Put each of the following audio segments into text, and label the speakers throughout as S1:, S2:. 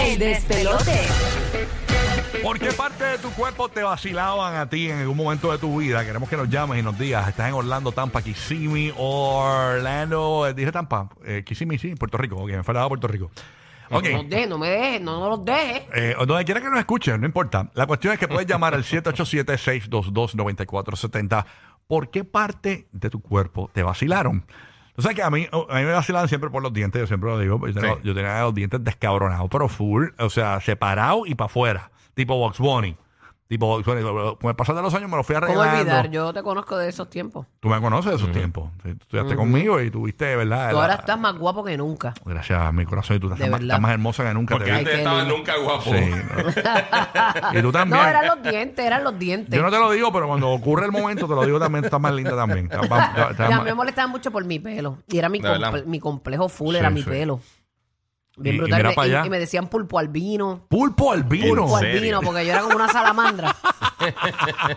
S1: El despelote.
S2: ¿Por qué parte de tu cuerpo te vacilaban a ti en algún momento de tu vida? Queremos que nos llames y nos digas. Estás en Orlando, Tampa, Kissimmee, Orlando. eh, Dije Tampa, eh, Kissimmee, sí, Puerto Rico. Ok, me faltaba Puerto Rico. Ok.
S1: No los dejes, no me dejes, no, no los dejes.
S2: Eh, o donde quiera que nos escuchen, no importa. La cuestión es que puedes llamar al 787-622-9470. ¿Por qué parte de tu cuerpo te vacilaron? O sea que a mí, a mí me vacilaban siempre por los dientes, yo siempre lo digo. pues, Yo, tenía, yo tenía los dientes descabronados, pero full, o sea, separado y para afuera. Tipo Box Bunny. Tipo Box Bunny. Con el pasar de los años me lo fui
S1: ¿Cómo
S2: arreglando.
S1: olvidar? Yo te conozco de esos tiempos.
S2: Tú me conoces de esos tiempos. Sí, Tú estudiaste conmigo y tuviste, ¿verdad?
S1: Tú
S2: La-
S1: ahora estás más guapo que nunca.
S2: Gracias a mi corazón y tú estás
S1: De
S2: más,
S1: verdad.
S2: estás más hermosa que nunca.
S3: Porque
S2: te vi.
S3: antes
S1: Ay, qué
S3: estaba
S1: lindo.
S3: nunca guapo.
S2: Sí, no. y tú también.
S1: No, eran los dientes, eran los dientes.
S2: Yo no te lo digo, pero cuando ocurre el momento te lo digo también, estás más linda también. Estás más- estás
S1: Y a
S2: más-
S1: mí me molestaban mucho por mi pelo. Y era mi,
S3: De verdad.
S1: comple- mi complejo full,
S2: Sí,
S1: era mi
S2: sí.
S1: pelo. Bien
S2: Y- y
S1: brutal.
S2: mira
S1: Me-
S2: pa'
S1: y-
S2: allá.
S1: y me decían pulpo albino.
S2: Pulpo albino.
S1: Pulpo
S3: ¿En serio?
S1: albino, porque yo era como una salamandra.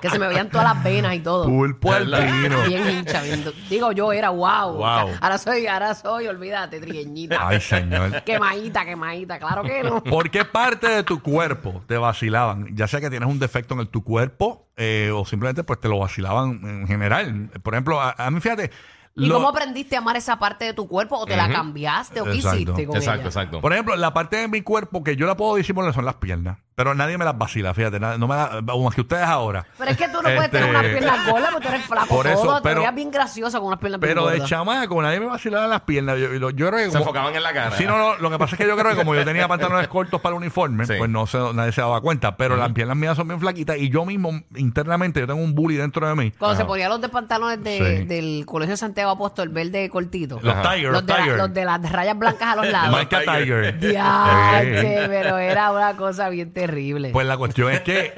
S1: que se me veían todas las venas y todo.
S2: Pulpo
S3: ¿Verdad?
S2: albino.
S1: Bien hincha. bien du- digo, yo era wow.
S2: Wow.
S1: Ahora soy, ahora soy, olvídate, trigueñita.
S2: Ay, señor.
S1: Quemadita, quemadita, claro que no.
S2: ¿Por qué parte de tu cuerpo te vacilaban? Ya sea que tienes un defecto en el- tu cuerpo eh, o simplemente pues te lo vacilaban en general. Por ejemplo, a, a mí fíjate.
S1: ¿Y
S2: lo-
S1: cómo aprendiste a amar esa parte de tu cuerpo? ¿O te la cambiaste? ¿O qué
S2: Exacto.
S1: hiciste con
S3: Exacto,
S1: ella?
S3: exacto.
S2: Por ejemplo, la parte de mi cuerpo que yo la puedo disimular son las piernas, pero nadie me las vacila, fíjate, na- no me la- más que ustedes ahora.
S1: Pero es que tú no puedes
S2: Este,
S1: tener unas piernas gordas porque tú eres flaco.
S2: Por eso,
S1: todo, te
S2: pero-
S1: veías bien gracioso con unas piernas bien
S2: Pero de
S1: gordas.
S2: chamaco, nadie me vacilaba las piernas. Yo, yo- yo creo que
S3: Se
S2: como-
S3: enfocaban en la cara.
S2: Sí, no, no, lo que pasa es que yo creo que como yo tenía pantalones cortos para el uniforme,
S3: Sí.
S2: pues no se, nadie se daba cuenta. Pero las piernas mías son bien flaquitas y yo mismo, internamente, yo tengo un bully dentro de mí.
S1: Cuando se ponían los de pantalones de-
S2: Sí.
S1: del Colegio Santiago Apóstol, verde cortito.
S2: Los
S3: Ajá.
S1: Los
S2: Tiger, los
S1: de, la-
S2: Tiger.
S1: los de las rayas blancas a los
S3: Ah,
S1: lados.
S2: Marca Tiger.
S1: Diache,
S2: Sí.
S1: pero era una cosa bien terrible.
S2: Pues la cuestión es que,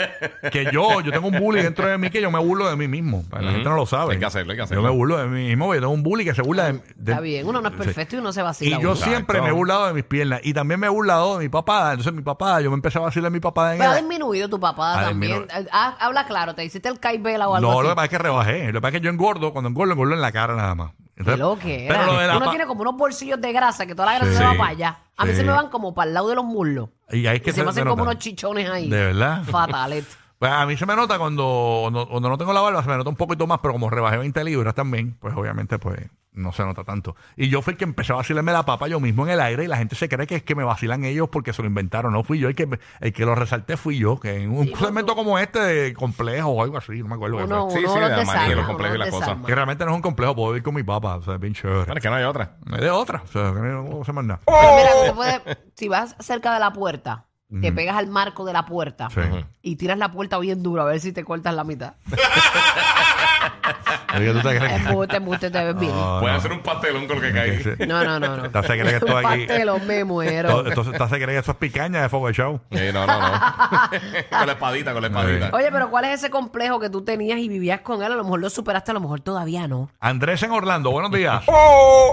S2: que yo, yo tengo un bully dentro de mí que yo me burlo de mí mismo. pues, La gente no lo sabe.
S3: Hay que hacerlo, hay que
S2: Yo
S3: hacerlo.
S2: me burlo de mí mismo, yo tengo un bully que se burla de, de-
S1: Está bien, uno no es perfecto y uno se
S2: Y
S1: vacila.
S2: yo
S1: uno.
S3: Exacto.
S2: siempre me he burlado de mis piernas. Y también me he burlado de mi papá. Entonces mi papá, yo me empecé a vacilar de mi papá en
S1: Pero ha
S2: el-
S1: disminuido tu papá
S2: Ha
S1: también. Ah, habla claro, te hiciste el caibela o algo
S2: No,
S1: así.
S2: lo que pasa es que rebajé. Lo que pasa es que yo engordo, cuando engordo, engordo en la cara nada más.
S1: De
S2: Entonces-
S1: lo que
S2: pero
S1: era.
S2: lo de la
S1: ¿eh? Uno
S2: pa-
S1: tiene como unos bolsillos de grasa que toda la grasa
S2: Sí.
S1: se va para allá. A mí
S2: Sí.
S1: se me van como para el lado de los muslos.
S2: Y ahí es que
S1: Y se me hacen
S2: nota.
S1: como unos chichones ahí. este.
S2: ¿De verdad?
S1: Fatales.
S2: Pues a mí se me nota cuando, cuando, cuando no tengo la barba, se me nota un poquito más, pero como rebajé 20 libras también, pues obviamente pues no se nota tanto. Y yo fui el que empezó a vacilarme la papa yo mismo en el aire y la gente se cree que es que me vacilan ellos porque se lo inventaron. No fui yo, el que, el que lo resalté fui yo, que en un segmento como este de complejo o algo así, no me acuerdo. qué
S1: Uno,
S3: Sí,
S1: uno los
S3: sí, de la manera,
S1: desarma,
S3: los complejos y
S1: uno
S3: las
S1: los
S3: cosas.
S2: fue.
S1: desarma.
S2: Que realmente no es un complejo, puedo vivir con mi papa, o sea, es bien chévere.
S3: Bueno, es que no hay otra.
S2: No hay de otra, o sea, que no puedo hacer más nada.
S1: Pero mira, tú te puedes- si vas cerca de la puerta, te pegas al marco de la puerta
S2: Sí.
S1: y tiras la puerta bien duro a ver si te cortas la mitad.
S2: Es que tú te crees que-
S1: Embuste, embuste, te ves bien.
S2: No,
S3: Pueden
S2: no.
S3: hacer un pastelón con lo que cae.
S2: Sí.
S1: No, no, no. no.
S2: Estás se cree Oh. que estoy
S1: Un
S2: aquí.
S1: pastelón, me muero.
S2: Entonces, ¿estás se cree que eso es picaña de fuego de show?
S3: Eh, no, no, no. con la espadita, con la espadita.
S1: Oye, pero ¿cuál es ese complejo que tú tenías y vivías con él? A lo mejor lo superaste, a lo mejor todavía no.
S2: Andrés en Orlando, buenos días.
S4: Oh,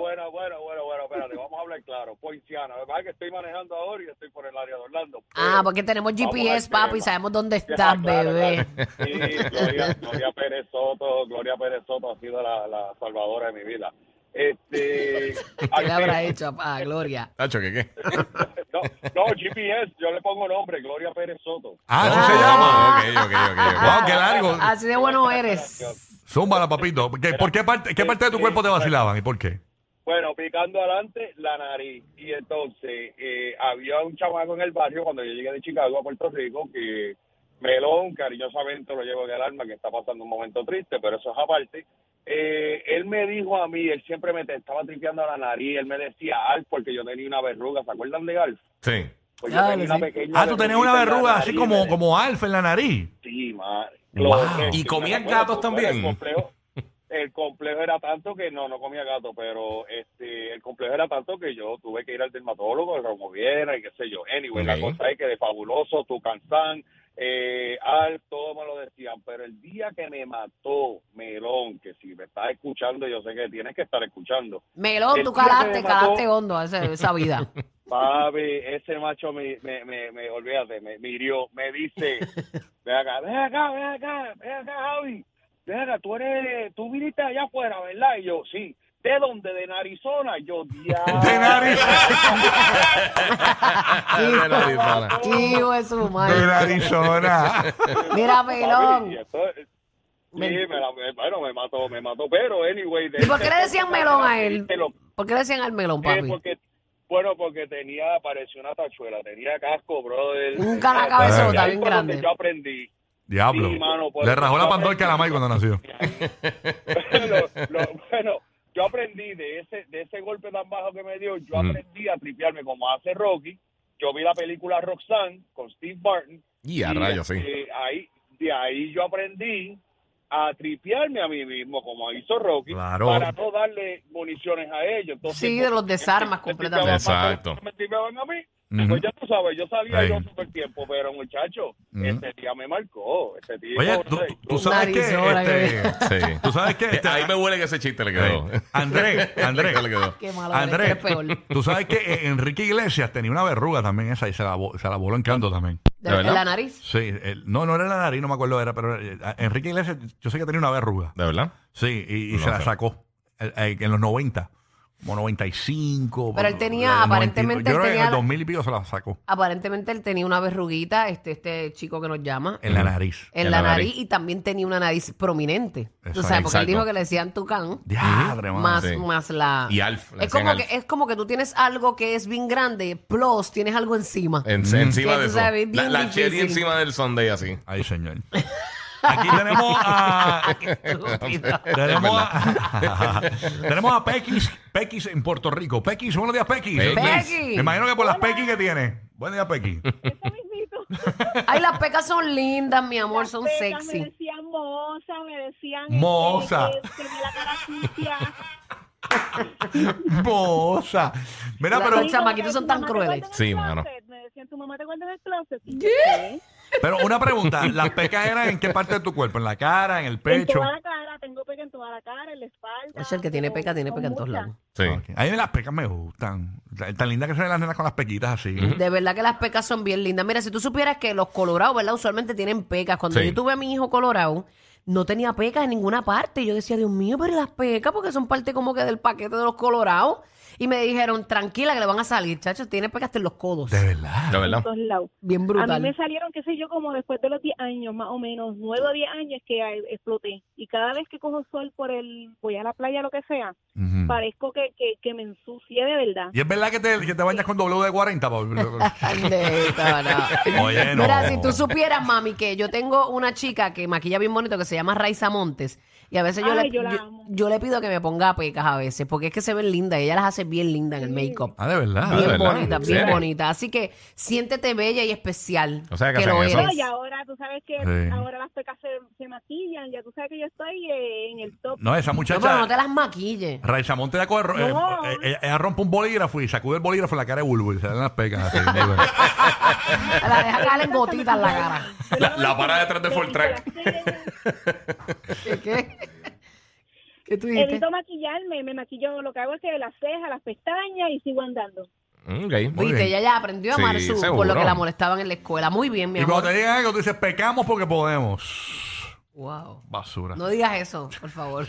S4: Bueno, bueno, bueno, bueno, bueno, espérate, vamos a hablar claro. Poinciana, lo que pasa es que estoy manejando ahora y estoy por el área de Orlando.
S1: Ah, porque tenemos
S4: Vamos
S1: GPS,
S4: al tema.
S1: papi, y sabemos dónde
S4: Ya,
S1: estás,
S4: claro,
S1: bebé.
S4: claro. Sí, Gloria, Gloria Pérez Soto, Gloria Pérez Soto ha sido la, la salvadora de mi vida. Este,
S1: ¿Qué le habrá hecho a, a Gloria?
S3: Tacho, ¿qué qué?
S4: no, no, GPS, yo le pongo nombre, Gloria Pérez Soto.
S2: Ah, así se
S1: Ah.
S2: llama.
S3: Ok, ok, ok. ok.
S2: Wow, qué largo.
S1: Así de bueno eres.
S2: Zúmbala, papito. ¿Qué- ¿Por qué parte, qué parte de tu cuerpo te vacilaban y por qué?
S4: Bueno, picando adelante la nariz. Y entonces eh, había un chamaco en el barrio cuando yo llegué de Chicago a Puerto Rico que Melón, cariñosamente lo llevo en el alma, que está pasando un momento triste, pero eso es aparte. Eh, él me dijo a mí, él siempre me te- estaba tripeando la nariz, él me decía Alf porque yo tenía una verruga, ¿se acuerdan de Alf?
S3: Sí.
S4: Pues
S1: Claro,
S4: tenía
S1: sí.
S4: pequeña
S2: Ah, tú tenías una
S4: verruguita en la
S2: verruga así
S4: nariz,
S2: como,
S4: me-
S2: como alfa en la nariz.
S4: Sí, madre.
S2: Wow.
S4: Lo-
S3: ¿Y
S4: sí,
S3: comías
S4: me acuerdo,
S3: gatos
S4: tú eres
S3: también?
S4: complejo. el complejo era tanto que no, no comía gato, pero este, el complejo era tanto que yo tuve que ir al dermatólogo, que lo moviera y qué sé yo. Anyway,
S3: Ok.
S4: la cosa es que de fabuloso, tu cansan, eh, Al, todo me lo decían, pero el día que me mató Melón, que si me estás escuchando, yo sé que tienes que estar escuchando.
S1: Melón,
S4: El
S1: tú
S4: tío que
S1: calaste,
S4: me mató-
S1: calaste hondo a ese- esa vida.
S4: Papi, ese macho me, me, me, me olvídate, me, me hirió, me dice, ven acá, ven acá, ven acá, ven acá, Javi, ven acá, tú eres, tú viniste allá afuera, ¿verdad? Y yo, sí, ¿de dónde? De Arizona, yo, diablo.
S2: De Arizona.
S3: De la Arizona.
S1: Chivo es su
S2: De
S1: madre.
S2: Arizona.
S1: Mira,
S4: Papi, y
S1: Melón.
S4: esto- sí, me la- me- bueno, me mató, me mató, pero anyway. de
S1: ¿Y por qué
S4: ese
S1: le decían
S4: podcast,
S1: melón a
S4: me
S1: él?
S4: diste los
S1: ¿Por qué le decían al melón,
S4: pies
S1: papi?
S4: porque- bueno, porque tenía, parecía una tachuela, tenía casco, brother.
S1: Un cara
S4: Tenía-
S2: cabezota
S4: ahí
S1: bien
S4: fue donde
S1: grande.
S4: Yo aprendí.
S2: Diablo.
S4: Sí, mano, pues,
S2: Le rajó la
S4: yo
S2: pandorca a la May cuando nació.
S4: Lo- lo- bueno, yo aprendí de ese, de ese golpe tan bajo que me dio, yo
S3: Mm.
S4: aprendí a tripearme como hace Rocky. Yo vi la película Roxanne con Steve Martin.
S3: Y a rayos, sí.
S4: eh, ahí, de ahí yo aprendí a tripearme a mí mismo como hizo Rocky
S2: Claro.
S4: para no darle municiones a ellos. Entonces,
S1: Sí, de los desarmas
S4: me
S1: completamente.
S4: tripeaban más,
S3: Exacto.
S4: me tripeaban a mí.
S2: Ujú.
S4: Pues ya tú sabes, yo salía
S2: Ahí.
S4: yo todo el tiempo, pero muchacho,
S2: Ujú.
S4: ese día me marcó. este Ese día,
S2: Oye, tú, tú- tú sabes que...
S1: Narizona,
S2: este,
S3: Sí.
S2: tú sabes que...
S3: Eh,
S2: este,
S3: Ahí me huele que ese chiste le quedó.
S2: eh, Andrés, Andrés.
S3: Le quedó.
S1: Qué malo,
S2: Andrés,
S1: Andrés, que es peor.
S2: tú sabes que eh, Enrique Iglesias tenía una verruga también esa y se la, vo- se la voló en canto también.
S1: De,
S3: ¿De
S1: en
S3: verdad?
S1: la nariz.
S2: Sí, el- no, no era la nariz, no me acuerdo era, pero eh, Enrique Iglesias yo sé que tenía una verruga.
S3: ¿De verdad?
S2: Sí, y, y
S3: No
S2: se la
S3: sé.
S2: sacó eh, eh, en los 90, como 95.
S1: Pero él tenía,
S2: eh,
S1: aparentemente,
S2: yo creo
S1: él
S2: que en
S1: tenía
S2: el
S1: la-
S2: 2000 y pico se la sacó
S1: Aparentemente él tenía una verruguita, este, este chico que nos llama,
S2: en la nariz.
S1: en,
S3: en
S1: la,
S3: la
S1: nariz.
S3: nariz.
S1: y también tenía una nariz prominente.
S2: Eso
S1: tú
S2: es,
S1: sabes, porque él
S3: exacto.
S1: dijo que le decían tucán.
S2: Diadre, mano.
S1: más,
S3: sí.
S1: más la.
S3: Y Alf, le
S1: Es como,
S3: decían
S1: que,
S3: Alf.
S1: es como que tú tienes algo que es bien grande, plus tienes algo encima.
S3: En-
S1: Que
S3: Encima
S1: tú
S3: de eso.
S1: sabes, bien
S3: La, la
S1: difícil.
S3: cherry encima del Sunday así.
S2: Ay, señor. Aquí tenemos a. tenemos, a tenemos a Pequis, Pequis en Puerto Rico. Pequis, buenos días, Pequis.
S3: Pequis.
S1: Pequis.
S2: Me imagino que por las Pequis que tiene. Buen día, Pequis.
S5: Eso mismito.
S1: Ay, las pecas son lindas, mi amor,
S5: Las
S1: son
S5: tetas Me
S1: sexy.
S5: decían moza, me decían.
S2: Moza.
S5: este, Que, tenía la cara sucia.
S2: Bosa. Mira,
S1: La
S2: pero,
S1: Los chamaquitos son
S5: Tu
S1: tan
S5: mamá te guarda
S1: crueles.
S5: en el
S3: Sí,
S5: closet.
S3: mano.
S5: Me decían, tu mamá te guarda en el closet. Y yo, ¿qué?
S2: pero una pregunta. ¿Las pecas eran en qué parte de tu cuerpo? ¿En la cara? ¿En el
S5: En
S2: pecho?
S5: toda la cara, tengo peca en toda la cara, en la espalda.
S1: Es el que tiene
S5: pero
S1: peca, tiene
S5: son
S1: peca en todos
S5: muchas.
S1: lados.
S3: Sí.
S2: Ok. A mí las pecas me gustan. Tan- Tan lindas que se ven las nenas con las pequitas así.
S1: De verdad que las pecas son bien lindas. Mira, si tú supieras que los colorados, ¿verdad? Usualmente tienen pecas. Cuando
S3: Sí.
S1: yo tuve a mi hijo colorado, no tenía pecas en ninguna parte. Yo decía, Dios mío, pero las pecas, porque son parte como que del paquete de los colorados. Y me dijeron, tranquila, que le van a salir, chachos, tiene pecas hasta en los codos.
S2: De verdad.
S3: De
S5: En
S3: verdad.
S5: todos lados.
S1: Bien
S5: A mí me
S1: brutal.
S5: salieron, qué sé yo, como después de los 10 años, más o menos, 9 o 10 años que eh, exploté. Y cada vez que cojo sol por el, voy a la playa, lo que sea,
S2: Ujú.
S5: parezco que, que, que me ensucié de verdad.
S2: Y es verdad que te, que te bañas con doble de 40, Pablo.
S1: Neta, no.
S2: Oye, no.
S1: Mira, si tú supieras, mami, que yo tengo una chica que maquilla bien bonito que se llama Raiza Montes. Y a veces yo,
S5: Ay,
S1: le,
S5: yo la
S1: yo-
S5: amo.
S1: yo le pido que me ponga pecas a veces, porque es que se ven lindas. y Ella las hace bien lindas en el make-up.
S2: Ah, de verdad.
S3: Ah,
S1: bien
S3: de verdad.
S1: bonita, bien
S3: Sí.
S1: bonita. Así que siéntete bella y especial.
S3: O sea, que
S1: que lo
S3: hacen eso.
S5: No,
S1: eres.
S5: y ahora tú sabes que
S2: Sí.
S5: ahora las pecas se, se maquillan, ya tú sabes que yo estoy eh, en el top.
S2: No, esa
S1: No, pero no te
S2: muchacha.
S1: las maquilles.
S2: Raiza Monte la coge, eh,
S5: No.
S2: eh, ella, rompe un bolígrafo y sacude el bolígrafo en la cara de Bulbo y se dan las pecas. así, digo.
S1: La dejas caer en gotitas en la cara.
S3: La- la para detrás de Fortrack.
S1: ¿Qué? ¿Qué tú dijiste?
S5: Evito maquillarme, me maquillo, lo que hago es que las cejas, las pestañas y sigo andando.
S3: Mm, ok.
S1: Viste,
S2: Muy bien.
S1: ella ya aprendió a amar
S3: Sí,
S1: su- por lo
S3: seguro.
S1: que la molestaban en la escuela. Muy bien, mi
S2: Y cuando
S1: amor.
S2: te digan algo, tú dices, pecamos porque podemos.
S1: Wow.
S2: Basura.
S1: No digas eso, por favor.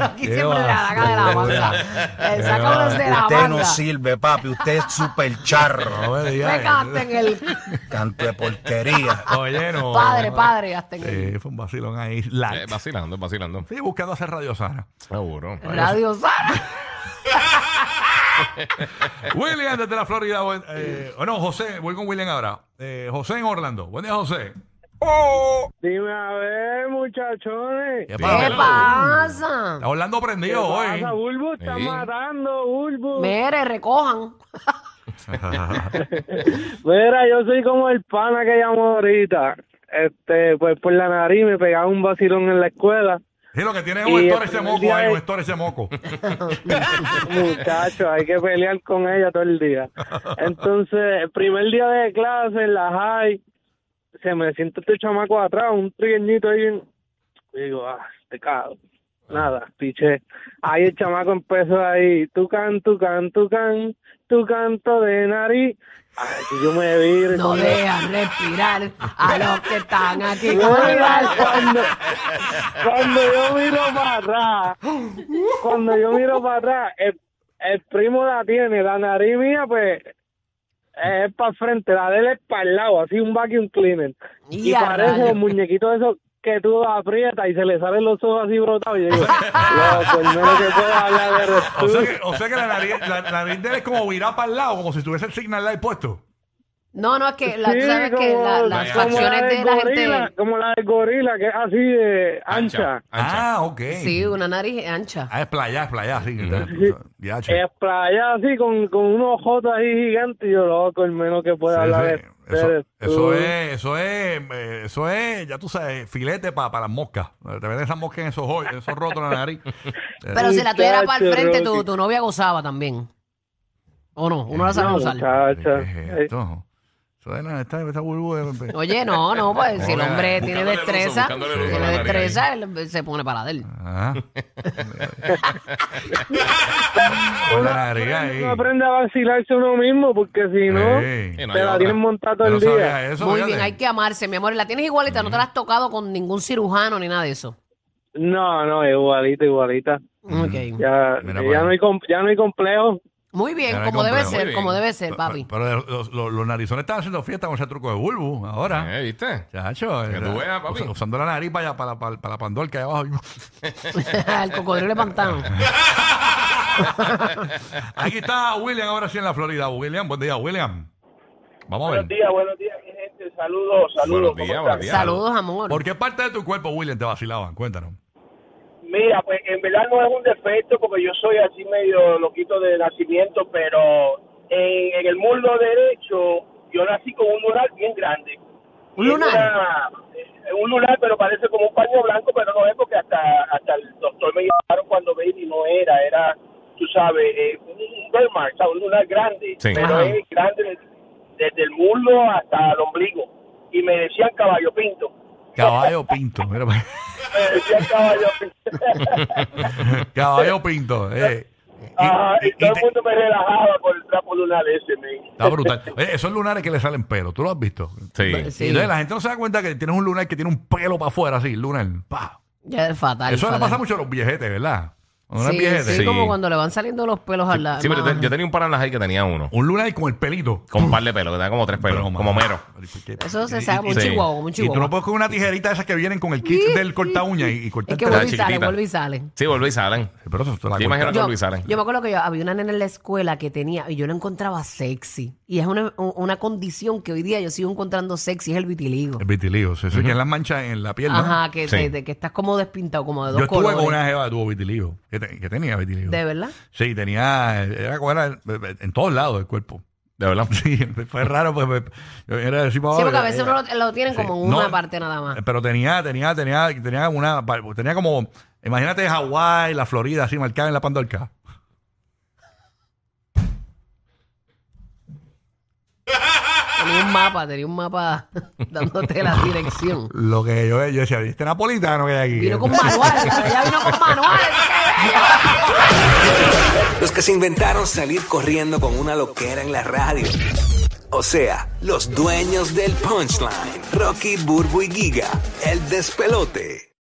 S1: Aquí
S2: Qué
S1: siempre le da la cara de la
S2: basura.
S1: banda. Eh, Sácalos de la
S6: Ah, usted no
S1: banda.
S6: sirve, papi. Usted es súper charro.
S2: me digas
S1: Pecaste
S2: eso.
S1: en el
S6: Canto de porquería.
S2: Oye, no.
S1: padre, padre, hasta en el
S2: Sí, fue un vacilón ahí. Light.
S3: Eh, vacilando, vacilando.
S2: Estoy buscando hacer Radio Sana.
S3: Seguro.
S1: Radio Sara.
S2: William desde la Florida. buen- eh, oh, no, José, voy con William ahora. Eh, José en Orlando. Buen día, José.
S4: Dime a ver, muchachones.
S2: ¿Qué
S1: ¿Qué
S3: Hello.
S1: pasa?
S2: Está Orlando prendido hoy.
S4: Bulbo?
S3: Está Sí.
S4: matando, Bulbo.
S1: Mere, recojan.
S4: Mira, yo soy como el pana que llamó ahorita.
S7: Este, pues por la nariz me pegaba un vacilón en la escuela.
S2: Sí, lo que tiene es
S7: Y
S2: un
S7: el
S2: estor ese
S7: primer
S2: moco
S7: día
S2: ahí,
S7: de-
S2: un estor ese moco.
S7: Muchachos, hay que pelear con ella todo el día. Entonces, el primer día de clase en la high, se me siente este chamaco atrás, un trigueñito ahí. en- y digo, ah, te cago. Nada, piché. Ahí el chamaco empezó ahí, tucán, tucán, tucán, tu canto de nariz. Ay, que yo me vi.
S1: No dejan respirar a los que están aquí con el balcón.
S7: cuando, cuando yo miro para atrás, cuando yo miro para atrás, el, el primo la tiene, la nariz mía, pues es para frente, la de él es para el lado, así un vacuum cleaner.
S1: Y
S7: Y,
S1: a
S7: parece
S1: rayos.
S7: un muñequito esos que tú aprietas y se le salen los ojos así brotados. Y yo digo, loco, el menos que puedo hablar de
S2: O sea,
S7: resto.
S2: que, o sea que la nariz, la, la nariz de él es como virada para el lado, como si tuviese el signal light puesto.
S1: No, no, es que la, tú
S7: Sí,
S1: sabes que
S7: como-
S1: la- las
S3: como
S1: facciones
S7: la del
S1: de la
S7: gorila,
S1: gente.
S7: Como la del gorila, que es así de ancha.
S3: Ancha. ancha.
S2: Ah, ok.
S1: Sí, una nariz ancha.
S2: Ah, es playa, es playa, sí. pues, Ya, che.
S7: Es para allá así con, con unos ojotas ahí gigantes y yo loco, el menos que pueda
S2: Sí,
S7: hablar
S2: sí.
S7: de-
S2: Eso,
S7: de-
S2: eso
S7: tú.
S2: es, eso es, eh, eso es, ya tú sabes, filete para las moscas. Te ven esas moscas en esos, hoy- esos rotos en la nariz.
S1: Pero si la tuya era para el
S7: Muchacho,
S1: frente, tu,
S7: Rocky.
S1: tu novia gozaba también. ¿O no? Uno la sabe
S7: No,
S1: usar.
S7: muchacha. Eh,
S2: ¿Qué es
S3: Eh.
S2: esto? Eso es, esta, esta burbuja. de-
S1: Oye, no, no, pues si el
S2: Ahora,
S1: hombre tiene
S3: buscándole el uso,
S1: destreza,
S3: buscándole
S2: el uso a
S1: tiene
S2: la
S3: nariz.
S1: destreza, él se pone para la de él.
S2: Ajá. Con la nariz ahí.
S7: Uno aprende a vacilarse uno mismo porque si no,
S2: Ey.
S3: Sí, no
S7: te
S3: hay
S7: la
S3: otra.
S7: tienen montada todo
S2: Yo no
S7: el día.
S2: sabía eso,
S1: Muy
S2: fíjate.
S1: bien, hay que amarse, mi amor. Y La tienes igualita, no te la has tocado con ningún cirujano ni nada de eso.
S7: No, no, igualita, igualita.
S1: Ok.
S7: Ya,
S2: Mira,
S7: ya,
S2: bueno.
S7: no, hay com- ya no hay complejo.
S1: Muy bien,
S2: Ya la
S1: como debe
S2: compré.
S1: ser,
S3: Muy
S1: como
S3: bien.
S1: debe ser, papi.
S2: Pero, pero los, los- los narizones están haciendo fiesta con ese truco de bulbo ahora.
S3: Eh, ¿Viste?
S2: Chacho,
S3: Que tú
S2: era-
S3: veas, papi.
S2: usa- usando la nariz para, allá, para, para, para la pandorca ahí abajo.
S1: El cocodrilo de pantano.
S2: Aquí está William ahora sí en la Florida. William, buen día, William. Vamos a ver.
S4: buenos días, mi gente. Saludos,
S3: Buenos días, buenos días.
S1: Saludos, amor.
S2: ¿Por qué parte de tu cuerpo, William, te vacilaban? Cuéntanos.
S4: Mira, pues en verdad no es un defecto porque yo soy así medio loquito de nacimiento, pero en, en el muslo derecho yo nací con un lunar bien grande.
S1: ¿Un lunar?
S4: Es una- eh, un lunar, pero parece como un paño blanco, pero no es porque hasta, hasta el doctor me llevaron cuando baby no era, era, tú sabes, eh, un, un birthmark, ¿sabes? un lunar grande,
S3: Sí.
S1: Ajá.
S4: pero es grande desde, desde el muslo hasta el ombligo. Y me decían caballo pinto.
S2: Caballo pinto. mira pa-
S4: Me decían caballo pinto.
S2: Caballo pinto. eh. Y-
S4: Ajá,
S2: y-
S4: y,
S2: y
S4: todo
S2: te-
S4: el mundo me relajaba por el trapo lunar ese, men.
S2: Está brutal. Oye, esos lunares que le salen pelo, ¿tú lo has visto?
S3: Sí.
S1: Sí.
S2: Entonces la gente no se da cuenta que tienes un lunar que tiene un pelo para afuera, así, lunar. pa.
S1: Ya es fatal.
S2: Eso le
S1: fatal.
S2: pasa mucho a los viejetes, ¿verdad? Cuando eres
S1: Sí,
S2: viejete,
S1: sí,
S3: Sí.
S1: como cuando le van saliendo los pelos al lado.
S3: Sí, pero te- yo tenía un par en la high que tenía uno.
S2: Un lunar con el pelito.
S3: Con un par de pelos, que tenía como tres pelos.
S2: Broma.
S3: como mero.
S1: Eso se
S2: Y-
S1: sabe
S2: y-
S1: como un
S3: sí.
S1: chihuahua, como un
S2: Y tú no
S1: chihuahua.
S2: puedes con una tijerita de esas que vienen con el kit del corta uña y, y
S1: Es
S2: cortarte
S1: que
S2: la-
S1: vuelve y sale,
S3: chiquitita.
S1: vuelve y sale.
S3: Sí, vuelve y salen.
S2: Pero eso te la
S3: Sí,
S2: cortas.
S3: imagino que
S1: Yo,
S3: Luis Alan.
S1: yo me acuerdo que yo- había una nena en la escuela que tenía, y yo la encontraba sexy. Y es una, u- una condición que hoy día yo sigo encontrando sexy, es el vitiligo.
S2: El vitiligo. Eso es que es las manchas en la piel, ¿no?
S1: Ajá, que,
S3: Sí.
S1: te- te- que estás como despintado, como de dos
S2: Yo estuve
S1: colores.
S2: con una jeva que tuvo vitiligo. Que, te- que tenía vitiligo.
S1: ¿De verdad?
S2: Sí, tenía. Era, era eh, en todos lados del cuerpo.
S3: De verdad.
S2: Sí, fue raro. Pues, pues, yo era
S1: Sí,
S2: decir,
S1: porque a veces uno lo, lo tienen
S2: Sí.
S1: como en
S2: No,
S1: una parte nada más.
S2: Pero tenía, tenía, tenía, tenía una. Tenía como. Imagínate Hawái, la Florida, así marcada en la pandorca.
S1: Tenía un mapa, tenía un mapa dándote la dirección.
S2: Lo que yo, yo decía, este napolitano que hay aquí. eh,
S1: Vino con manual, ella vino con manual, eso que bello.
S8: Los que se inventaron salir corriendo con una loquera en la radio. O sea, los dueños del punchline. Rocky, Burbu y Giga. El despelote.